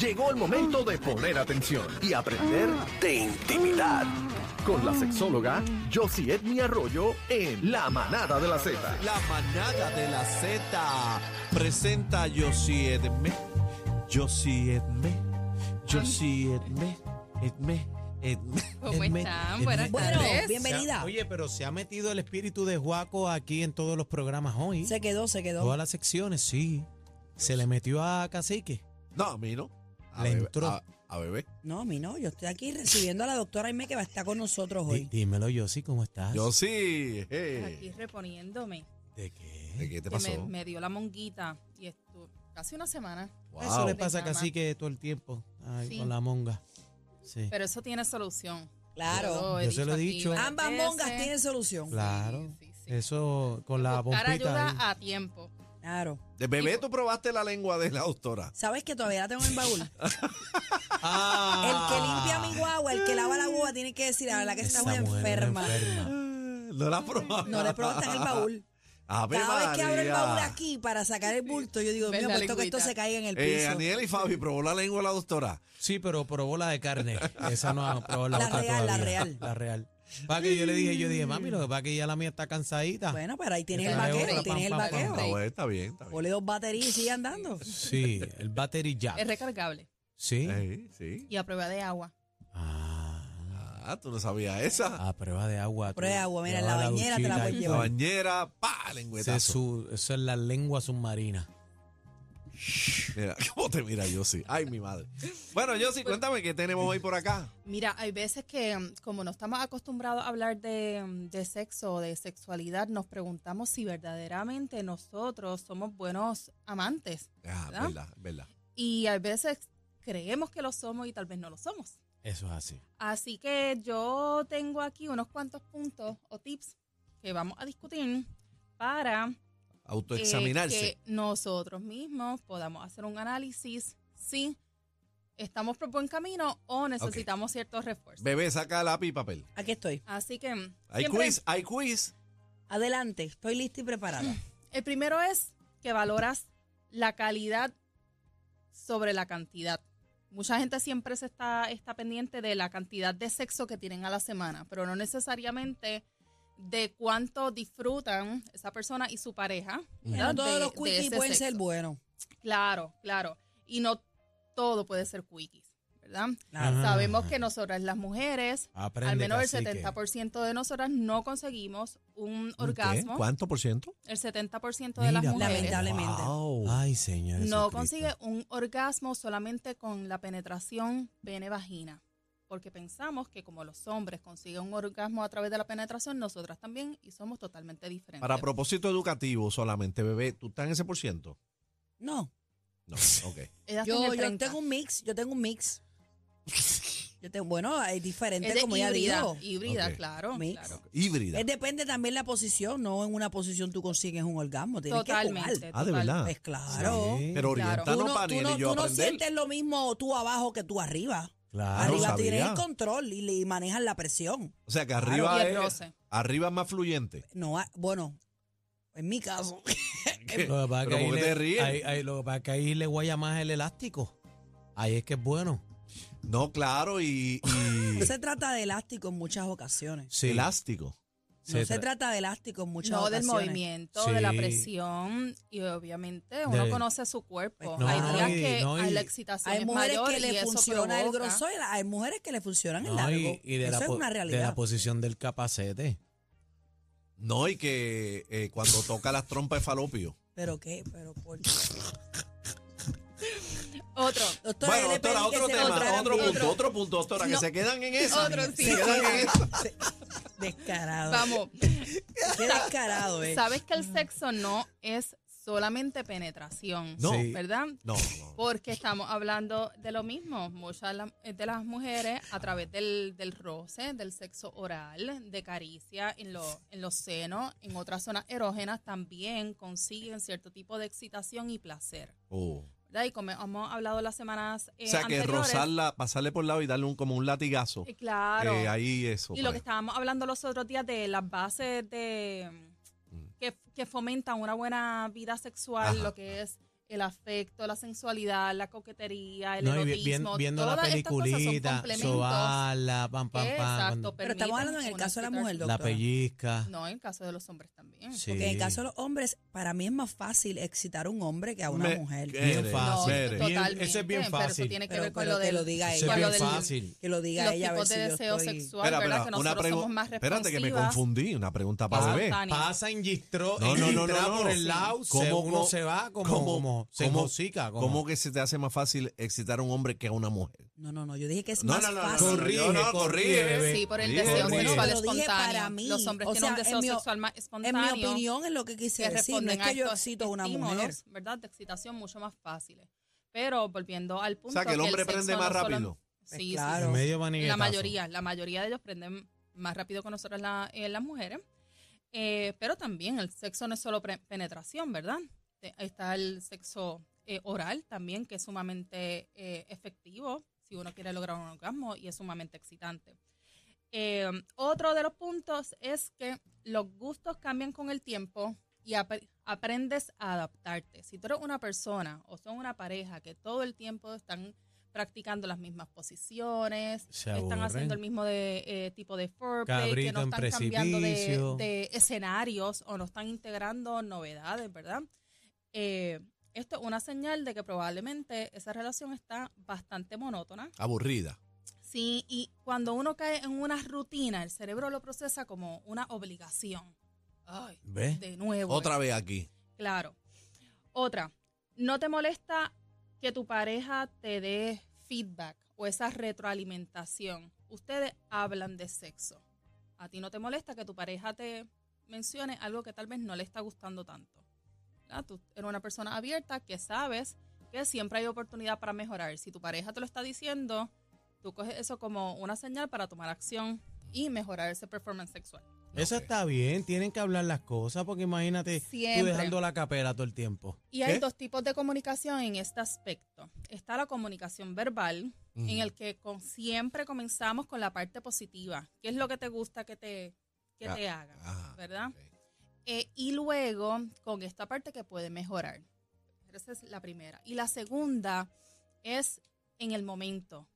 Llegó el momento de poner atención y aprender Ah. de intimidad. Con la sexóloga Josie Edmi Arroyo en La Manada de la Z. La manada de la Z presenta a Yossi Edme. Yossi Edme. Yossi Edme. Edme. Edme. ¿Cómo Edme, están? Edme. Buenas Bueno, tardes. bienvenida. Oye, pero se ha metido el espíritu de Juaco aquí en todos los programas hoy. Se quedó, se quedó. Todas las secciones, sí. Se le metió a Cacique. No, a mí no. A Le bebé, entró. A, a bebé. No, a mí no. Yo estoy aquí recibiendo a la doctora Aime que va a estar con nosotros Di- hoy. dímelo, Yossi, ¿cómo estás? Yo sí. Aquí eh. reponiéndome. ¿De qué? ¿De qué te que me, pasó? me dio la monguita y esto casi una semana. Eso le De pasa a nada más. Cacique todo el tiempo. Ay, Sí. con la monga. Sí. Pero eso tiene solución. Claro. Yo se lo he dicho. Ambas mongas tienen solución. Claro. sí, sí. Eso con la Buscar bombita. ayuda ahí. a tiempo. Claro. De bebé tú probaste la lengua de la doctora. ¿Sabes que todavía la tengo en el baúl? El que Ah. limpia mi guagua, el que lava la guagua, tiene que decir, la verdad que está muy Esa mujer era enferma. enferma. No la probaste. No le preguntas el baúl. Ave Cada vez que abro el María. baúl aquí para sacar el bulto, yo digo, Ven mío, la puesto que esto lengüita. se caiga en el Eh, piso. Aniel y Fabi probó la lengua de la doctora. Sí, pero probó la de carne. Esa no ha probado la, La otra real, la todavía. real. La real. Para que yo le dije, yo dije, mami, lo que pasa es que ya la mía está cansadita. Bueno, pero ahí tienes Esa el es vaqueo, otra, tienes el pam, pam, pam. vaqueo. Está Ah, bueno, está bien, está bien. Ponle dos baterías y sigue andando. Sí, el battery Es jack. recargable Sí. Eh, sí. y a prueba de agua. Ah, Ah, tú no sabías esa. a Ah, Ah, prueba de agua. tú. Prueba de agua, mira, en Llevaba la bañera te la duchita ahí. puedes La llevar. bañera, pa, Ese lengüetazo. es su- Eso es la lengua submarina. Mira, ¿cómo te mira Yossi? Ay, mi madre. Bueno, Yossi, cuéntame qué tenemos hoy por acá. Mira, hay veces que mm, como no estamos acostumbrados a hablar de, mm, de sexo o de sexualidad, nos preguntamos si verdaderamente nosotros somos buenos amantes. Ah, ¿Ah? verdad, verdad. Y hay veces creemos que lo somos y tal vez no lo somos. Eso es así. Así que yo tengo aquí unos cuantos puntos o tips que vamos a discutir para eh, Autoexaminarse. que nosotros mismos podamos hacer un análisis si estamos por buen camino o necesitamos ciertos refuerzos. Bebé, saca lápiz y papel. Aquí estoy. Así que mm, Hay siempre- quiz, hay quiz. Adelante, estoy lista y preparada. el primero es que valoras la calidad sobre la cantidad. Mucha gente siempre se está, está pendiente de la cantidad de sexo que tienen a la semana, pero no necesariamente de cuánto disfrutan esa persona y su pareja. ¿verdad? No todos de- los de quickies ese pueden sexo. ser buenos. Claro, claro. Y no todo puede ser quickies, ¿verdad? Claro. Ah. Sabemos que nosotras las mujeres, Aprende, al menos cacique. el 70% de nosotras no conseguimos un orgasmo. ¿Cuánto por ciento? El 70% de las Mira, pues. mujeres Lamentablemente. Wow. Ah, Ay, señor. no Jesucristo. consigue un orgasmo solamente con la penetración pene-vagina. Porque pensamos que como los hombres consiguen un orgasmo a través de la penetración, nosotras también y somos totalmente diferentes. Para propósito educativo solamente, bebé, ¿tú estás en ese por ciento? No, No, ok. Ellas tienen yo, el yo 30. tengo un mix, yo tengo un mix. Yo tengo, bueno, es diferente Es de como ya híbrida, digo. híbrida, Ok. claro, Mix. claro. Híbrida. Es depende también la posición, no en una posición tú consigues un orgasmo, tienes Totalmente. que Ah, de total. verdad. jugar. Pues claro. Sí, Pero Claro. orientanos Tú no, para tú Aniel no- y yo tú no aprender. sientes lo mismo tú abajo que tú arriba. Ah, no Claro. arriba sabía. tienes el control y, le- y manejas la presión. o sea que Claro, arriba y el es, roce. arriba es más fluyente. No, ah, bueno, en mi caso. eh, Lo que pasa es que Pero ahí ¿por qué le- te ríes? ahí- ahí- lo que pasa es que ahí le guaya más el elástico. Ahí es que es bueno. No, claro, y, y No se trata de elástico en muchas ocasiones. Sí. elástico. No Se se tra- trata de elástico en muchas No del ocasiones. movimiento, de la Sí. presión y obviamente uno De- conoce su cuerpo. No, hay no, días y- que no, hay y- la excitación Pues, Hay es mujeres mayor que y le eso funciona el provoca. grosor, y la- hay mujeres que le funcionan el No, largo. y, y de, Eso la es po- una de la realidad. posición del capacete. No, y que eh, cuando toca las trompas de falopio. Pero qué, pero por Otro, Doctora, bueno, yo le doctora, pedí que otro se tema, encontrara encontraran otro bien. bien. punto, otro punto, doctora, No. que se quedan en eso. Otro, se sí. quedan en eso. Descarado. vamos. Qué descarado, eh. Sabes que el sexo no es solamente penetración, No. Sí. ¿verdad? No, no. Porque estamos hablando de lo mismo. Muchas la- eh, de las mujeres a través del, del roce, del sexo oral, de caricia en, lo- en los senos, en otras zonas erógenas también consiguen cierto tipo de excitación y placer. Oh. ¿verdad? Y como hemos hablado las semanas eh, O sea, que anteriores, rozarla, pasarle por el lado y darle un, como un latigazo. eh, claro. Eh, ahí eso. Y lo que pues. estábamos hablando los otros días de las bases de Mm. que, que fomentan una buena vida sexual, Ajá. lo que es eh, el afecto, la sensualidad, la coquetería, el No, y vi- erotismo. bien- viendo la todas estas cosas son peliculita, complementos. sobarla, pam, pam, pam. Exacto, cuando- Pero estamos hablando en el permiten caso de la uno mujer, excitarse. la doctora. pellizca. No, en el caso de los hombres también. Sí. Porque en el caso de los hombres, para mí es más fácil excitar a un hombre que a una Me- mujer. que- Bien Eres, fácil. eres. Bien- totalmente, ese ah, es bien pero eso fácil. tiene que Pero- ver con pero lo que del- lo diga Eso ella. es con lo bien del- fácil. Que lo diga los ella. a ver tipos si de yo deseo estoy- sexual, ¿verdad? que una nosotros pregu- somos más espérate que me responsivas. Ah, confundí, una pregunta para Pasa, bebé. Tania. pasa en gistro, No, en no, no, no, gistra no. por el lado, se- ¿Cómo- uno cómo- se va como, cómo- como se cómo- enjocica, como- ¿Cómo que se te hace más fácil excitar a un hombre que a una mujer? No, no, no. Yo dije que es No, más no, no, no, fácil. no, Corrige, no, no, corrige, corrige. bebé. Sí, por el Sí, bueno. deseo sexual Lo dije para espontáneo. mí. Los hombres O tienen un sea, en deseo mi o- sexual más En espontáneo. mi opinión es lo que quise que decir. No responden es que yo a excito a una estímulos, mujer. ¿verdad? De excitación mucho más fáciles. Pero volviendo al O punto. sea, que el hombre sexo prende no más solo- rápido. Sí, sí, Pues claro. En medio sí. La maniguetazo. mayoría, la mayoría de ellos prenden más rápido que nosotras la- eh, las mujeres. Eh, pero también el sexo no es solo pre- penetración, ¿verdad? Te- Está el sexo eh, oral también, que es sumamente eh, efectivo si uno quiere lograr un orgasmo y es sumamente excitante. Eh, otro de los puntos es que los gustos cambian con el tiempo y ap- aprendes a adaptarte. Si tú eres una persona o son una pareja que todo el tiempo están practicando las mismas posiciones, Se están aburren. haciendo el mismo de, eh, tipo de foreplay, que Cabrito no en están cambiando de, precipicio. de escenarios o no están integrando novedades, ¿verdad? Eh, esto es una señal de que probablemente esa relación está bastante monótona. Aburrida. Sí, y cuando uno cae en una rutina, el cerebro lo procesa como una obligación. Ay, ¿Ves? de nuevo. Otra vez aquí. Claro. Otra, ¿no te molesta que tu pareja te dé feedback o esa retroalimentación? Ustedes hablan de sexo. ¿A ti no te molesta que tu pareja te mencione algo que tal vez no le está gustando tanto? ¿Verdad? Tú eres una persona abierta que sabes que siempre hay oportunidad para mejorar. Si tu pareja te lo está diciendo, tú coges eso como una señal para tomar acción y mejorar ese performance sexual. Eso Ok. está bien, tienen que hablar las cosas, porque imagínate tú Siempre. dejando la capera todo el tiempo. Y hay ¿Qué? dos tipos de comunicación en este aspecto. Está la comunicación verbal, Ujú. en el que con- siempre comenzamos con la parte positiva. ¿Qué es lo que te gusta que te, que Ah, te haga? ah, ¿Verdad? ok. Eh, y luego con esta parte que puede mejorar. Esa es la primera. Y la segunda es en el momento.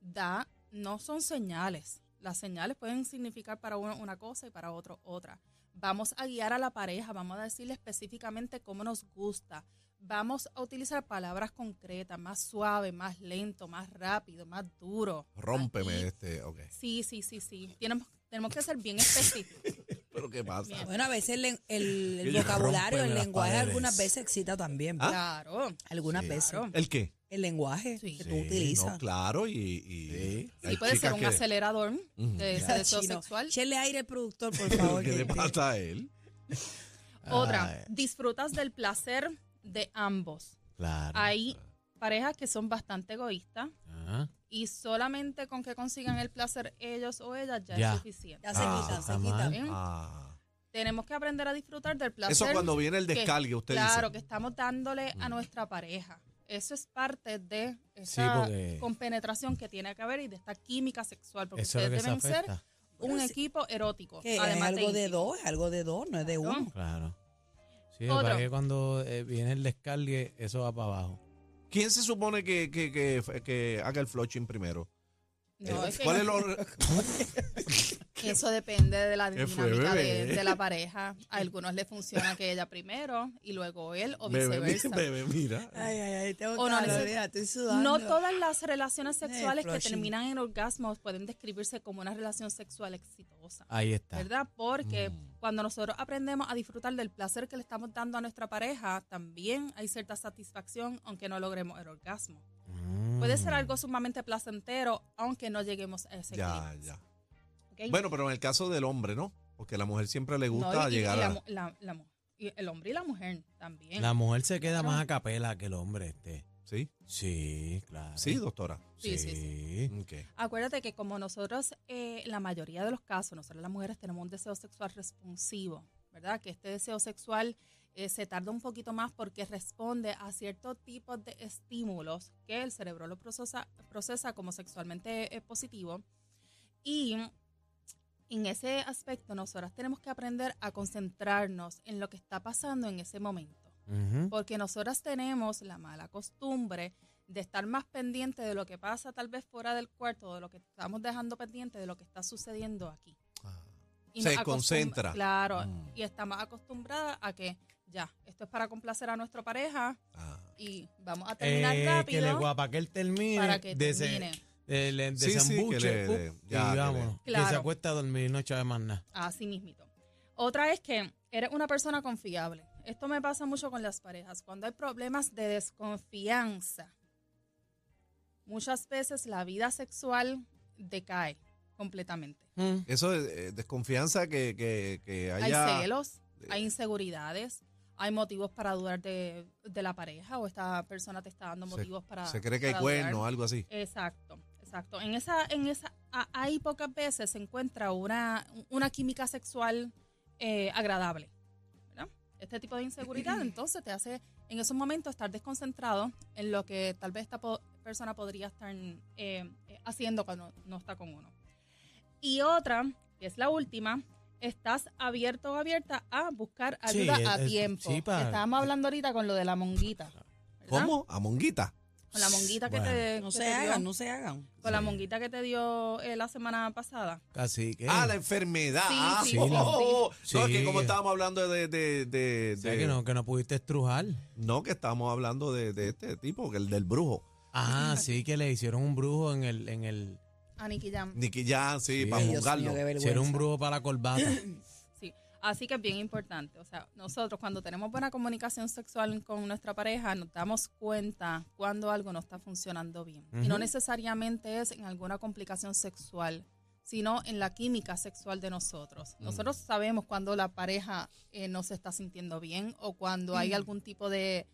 Da, no son señales. Las señales pueden significar para uno una cosa y para otro otra. Vamos a guiar a la pareja, vamos a decirle específicamente cómo nos gusta. Vamos a utilizar palabras concretas, más suave, más lento, más rápido, más duro. Rómpeme Aquí. este, ok. Sí, sí, sí, sí. Tenemos, tenemos que ser bien específicos. Pero ¿qué pasa? Mierda. Ah, Bueno, a veces el, len- el- el Ellos vocabulario, rompen el las lenguaje paredes. algunas veces excita también. Ah, Claro. Algunas sí. veces. Claro. ¿El qué? El lenguaje Sí. que tú Sí, utilizas. no, claro, y... y hay Sí, puede ser chicas un que- acelerador Ujú. de ese Ah, deseo chino. sexual. Echele aire al productor, por ¿Pero favor. ¿Qué que- este, le pasa a él? Otra, disfrutas del placer de ambos. Claro. Hay parejas que son bastante egoístas Ah, y solamente con que consigan el placer ellos o ellas ya, Ya. es suficiente. Ya se Ah, quitan, se está mal. quitan. ¿Ven? Ah. Tenemos que aprender a disfrutar del placer. Eso cuando viene el que- descargue, usted Claro, dice. que estamos dándole a Mm. nuestra pareja. Eso es parte de esa porque- compenetración que tiene que haber y de esta química sexual, porque eso es lo que ustedes se deben ser afecta. un Bueno, sí. equipo erótico. Que es además algo de íntimo. dos, es algo de dos, no es de Claro. uno. Claro. Sí, Otro. para que cuando eh, viene el descargue, eso va para abajo. ¿Quién se supone que, que, que, que haga el flushing primero? No, Eh, es que- ¿Cuál es lo...? Eso depende de la ¿Qué fue, dinámica de, bebé? de la pareja. A algunos les funciona que ella primero y luego él o Bebé, viceversa. bebé, mira. Ay, ay, ay, tengo O no, calor, neces- mira, estoy sudando. No todas las relaciones sexuales que flushing. terminan en orgasmos pueden describirse como una relación sexual exitosa, Ahí está. ¿verdad? Porque Mm. cuando nosotros aprendemos a disfrutar del placer que le estamos dando a nuestra pareja, también hay cierta satisfacción aunque no logremos el orgasmo. Mm. Puede ser algo sumamente placentero aunque no lleguemos a ese Ya, clímax, ya. ¿ok? Bueno, pero en el caso del hombre, ¿no? Porque a la mujer siempre le No, gusta y- y- y llegar la a... mu- la- la mu- y el hombre y la mujer también. La mujer se queda Claro. más a capela que el hombre este. ¿Sí? Sí, claro. ¿Sí, doctora? Sí, sí, Sí. Ok. Acuérdate que como nosotros, eh, la mayoría de los casos, nosotras las mujeres tenemos un deseo sexual responsivo, ¿verdad? Que este deseo sexual eh, se tarda un poquito más porque responde a ciertos tipos de estímulos que el cerebro lo procesa, procesa como sexualmente eh, positivo. Y en ese aspecto, nosotras tenemos que aprender a concentrarnos en lo que está pasando en ese momento. Ujú. porque nosotras tenemos la mala costumbre de estar más pendiente de lo que pasa tal vez fuera del cuarto, de lo que estamos dejando pendiente, de lo que está sucediendo aquí. Ah, Y Se nos acostumbra- concentra. Claro, Mm. y está más acostumbrada a que ya, esto es para complacer a nuestra pareja Ah. y vamos a terminar Eh, que le rápido guapa que él termine. para que dese- termine. eh, le Sí, sí, que desembuche. le- uh, le- y ya, que le- vámonos. Que se Claro. acuesta a dormir, no sabe más nada. Así mismito. Otra es que eres una persona confiable. Esto me pasa mucho con las parejas. Cuando hay problemas de desconfianza, muchas veces la vida sexual decae completamente. Eso es eh, desconfianza que, que, que haya. hay celos, eh. hay inseguridades, hay motivos para dudar de, de la pareja o esta persona te está dando Se- motivos para. se cree que hay ah, para dudar. cuernos, algo así. Exacto, exacto. En esa, en esa, a- ahí pocas veces se encuentra una, una química sexual eh, agradable. ¿verdad? Este tipo de inseguridad entonces te hace en esos momentos estar desconcentrado en lo que tal vez esta po- persona podría estar eh, eh, haciendo cuando no está con uno. Y otra, que es la última, estás abierto o abierta a buscar Sí, ayuda a es- es- tiempo. sí, pa- eh, Estábamos hablando ahorita con lo de la monguita. ¿verdad? ¿Cómo? A monguita. Con la monguita que Bueno. te. No que se te dio. hagan, no se hagan. Con la monguita que te dio eh, la semana pasada. Así que. Ah, la enfermedad. Sí, ah, sí, oh, sí. oh, oh. No, es Sí. que como estábamos hablando de. de, de- o sea, de- que no, que no pudiste estrujar. no, que estábamos hablando de, de este tipo, que el del brujo. Ah, sí, que le hicieron un brujo en el. En el A Nicky Jam. Nicky Jam, sí, Sí. para Ay, Dios mío, mongarlo. qué vergüenza. hicieron un brujo para la corbata. Sí. Así que es bien importante. O sea, nosotros cuando tenemos buena comunicación sexual con nuestra pareja, nos damos cuenta cuando algo no está funcionando bien. Y no Ujú. necesariamente es en alguna complicación sexual, sino en la química sexual de nosotros. Mm. Nosotros sabemos cuando la pareja eh, no se está sintiendo bien o cuando hay algún tipo de...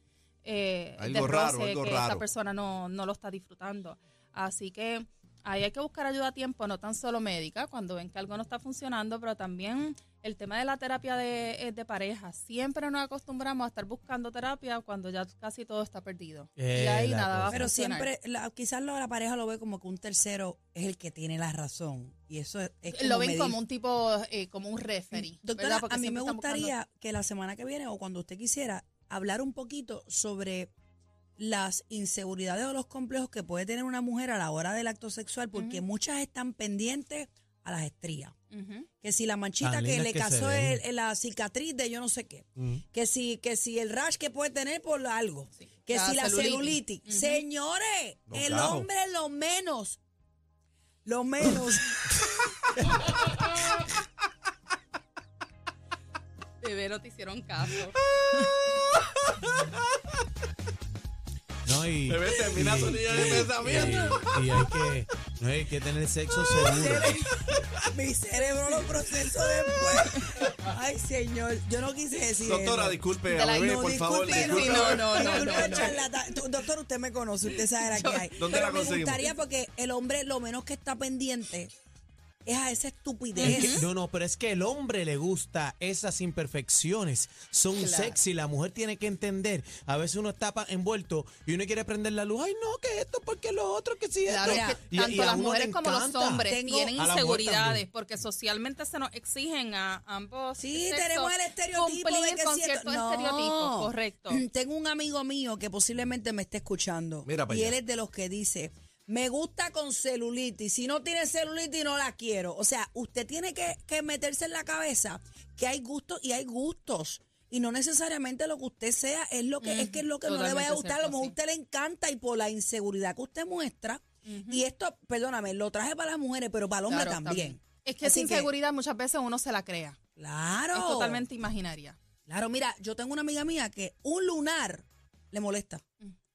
eh, Mm. Algo de raro, roce algo que raro. esa persona no, no lo está disfrutando. Así que ahí hay que buscar ayuda a tiempo, no tan solo médica, cuando ven que algo no está funcionando, pero también el tema de la terapia de, eh, de pareja. Siempre nos acostumbramos a estar buscando terapia cuando ya casi todo está perdido. y Eh, ahí la nada va a cosa. Pero funcionar. siempre, la- quizás lo- la pareja lo ve como que un tercero es el que tiene la razón. Y eso es, es lo ven medir- Mm, como un tipo, eh, como un referee. Doctora, ¿verdad? Porque a mí siempre me están buscando- gustaría que la semana que viene o cuando usted quisiera hablar un poquito sobre las inseguridades o los complejos que puede tener una mujer a la hora del acto sexual, porque Ujú. muchas están pendientes a las estrías. Ujú. Que si la manchita Tan que lindas le que se casó ven. el- la cicatriz de yo no sé qué. Mm. Que si, que si el rash que puede tener por algo. Sí. Que si la celulitis. Ujú. Señores, No, el claro. hombre lo menos. Lo menos. Bebé, no te hicieron caso. No, y. Bebé, termina tu línea de pensamiento. Y, y hay, que, no, hay que tener sexo seguro. Mi cerebro lo procesó después. Ay, señor, yo no quise decir Doctora, eso. disculpe, a De la- bebé, no, por favor. disculpe, disculpe. sí, no, no, no, Disculpe, no, no. charlatán. Tú, Doctor, usted me conoce, usted sabe la que hay. ¿Dónde Pero la me conseguimos? gustaría porque el hombre lo menos que está pendiente es a esa Es estupidez. que- no, no, pero es que el hombre le gusta esas imperfecciones. Son Claro. sexy. La mujer tiene que entender. A veces uno está pa- envuelto y uno quiere prender la luz. Ay, no, que esto, porque lo otro, que si Claro, esto. es que Y- y tanto a las uno le mujeres como los encanta. hombres Tengo- tienen a la mujer inseguridades también. porque socialmente se nos exigen a ambos. Sí, sexos tenemos el estereotipo de cumplir que con si esto- ciertos No. estereotipos, correcto. Tengo un amigo mío que posiblemente me esté escuchando. Mira pa' y allá. él es de los que dice, me gusta con celulitis. Si no tiene celulitis, no la quiero. O sea, usted tiene que, que meterse en la cabeza que hay gustos y hay gustos. Y no necesariamente lo que usted sea es lo que es que es lo que no le vaya totalmente a gustar. A lo cierto, mejor sí. usted le encanta y por la inseguridad que usted muestra. Y esto, perdóname, lo traje para las mujeres, pero para el hombre Claro, también. Es que esa Así inseguridad muchas veces uno se la crea. Claro. Es totalmente imaginaria. Claro, mira, yo tengo una amiga mía que un lunar le molesta.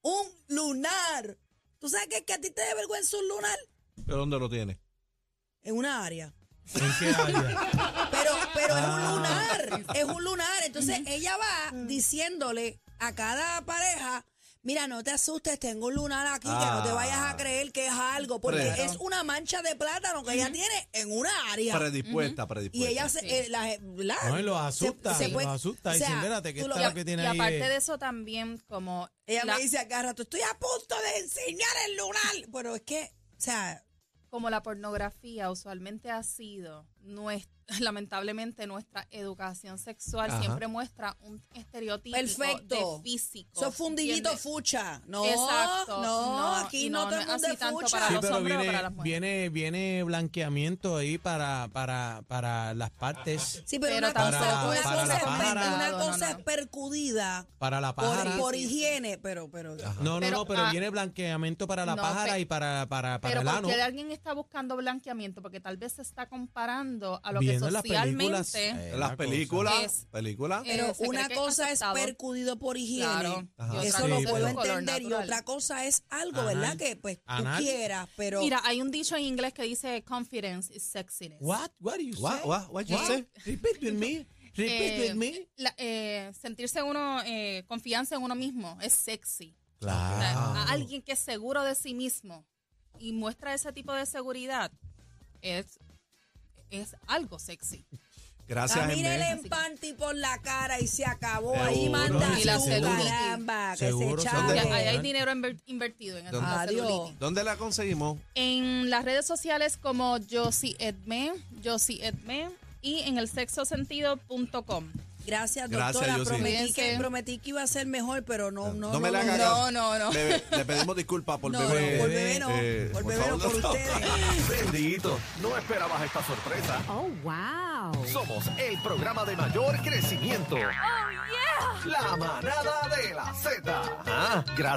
Un lunar. ¿Tú sabes qué? Que a ti te da vergüenza un lunar ¿Pero dónde lo tiene? en una área. ¿En qué área? Pero, pero es un lunar. Es un lunar. Entonces ella va diciéndole a cada pareja. Mira, no te asustes, tengo un lunar aquí, que no te vayas Ah. a creer que es algo, porque Claro. es una mancha de plátano que ella tiene en una área. Predispuesta, y predispuesta. ella se, Sí. eh, la- la- No, y los asusta, los asusta, dicen, "Espérate, que tú lo- está Y, a- lo que tiene y ahí eh, aparte es- de eso también, como... Ella la- me dice acá rato, estoy a punto de enseñar el lunar. Pero es que, o sea, como la pornografía usualmente ha sido, nues- lamentablemente nuestra educación sexual Ajá. siempre muestra un estereotipo Perfecto. de físico. Son fundillitos ¿entiendes? fucha. No, Exacto. no, No, aquí y no, no, no todo el es mundo así es tanto fucha. para Sí, los pero hombres o viene, para las mujeres. viene, viene blanqueamiento ahí para, para, para las partes, Sí, pero, Pero una, cosa, para- una para cosa la es per- pájara. una No, no, cosa no. es percudida para la por, pájara. por Sí, sí. higiene, pero, pero No, no, Pero, no, pero ah, viene blanqueamiento para la no, pájara pe- y para, para, para Pero el ano. porque alguien está buscando blanqueamiento, porque tal vez se está comparando a lo Viendo que las películas. socialmente eh, Las la cosa. películas. Es- Películas. Eh, pero se cree una que cosa es aceptado. percudido por higiene. Claro. Ajá. Y otra Eso cosa lo es Sí, puedo un color entender. Y natural. otra cosa es algo, Anal. ¿verdad? Que pues tú Anal. quieras, pero Mira, hay un dicho en inglés que dice confidence is sexiness. What? What do you What, say? what, what you say? Repeat with me. Repeat Eh, with me. la- eh, sentirse uno, eh, confianza en uno mismo, es sexy. O sea, Claro. A alguien que es seguro de sí mismo y muestra ese tipo de seguridad, es, es algo sexy. Gracias, Ah, mira el Esme. empanti por la cara y se acabó. Seguro. Ahí manda Y la tú, celulitis. caramba, que se Seguro, Y Ah, chave. seguro. ahí hay dinero inver- invertido en el ¿Dónde? Adiós. ¿Dónde la conseguimos? En las redes sociales como Josie Edme, Josie Edme y en el sexosentido.com. Gracias, Gracias, doctora. Yossi. prometí, que, Cuídense. prometí que iba a ser mejor, pero no, no, No me la no, hagas. no. No, no, no. Bebé, le pedimos disculpas por No, bebé. no, por bebé no. Eh, por por bebé no, favor, por no. ustedes. Bendito, no esperabas esta sorpresa. Oh, wow. Oh, Somos el programa de mayor crecimiento. La manada de la Z. Ah, gracias.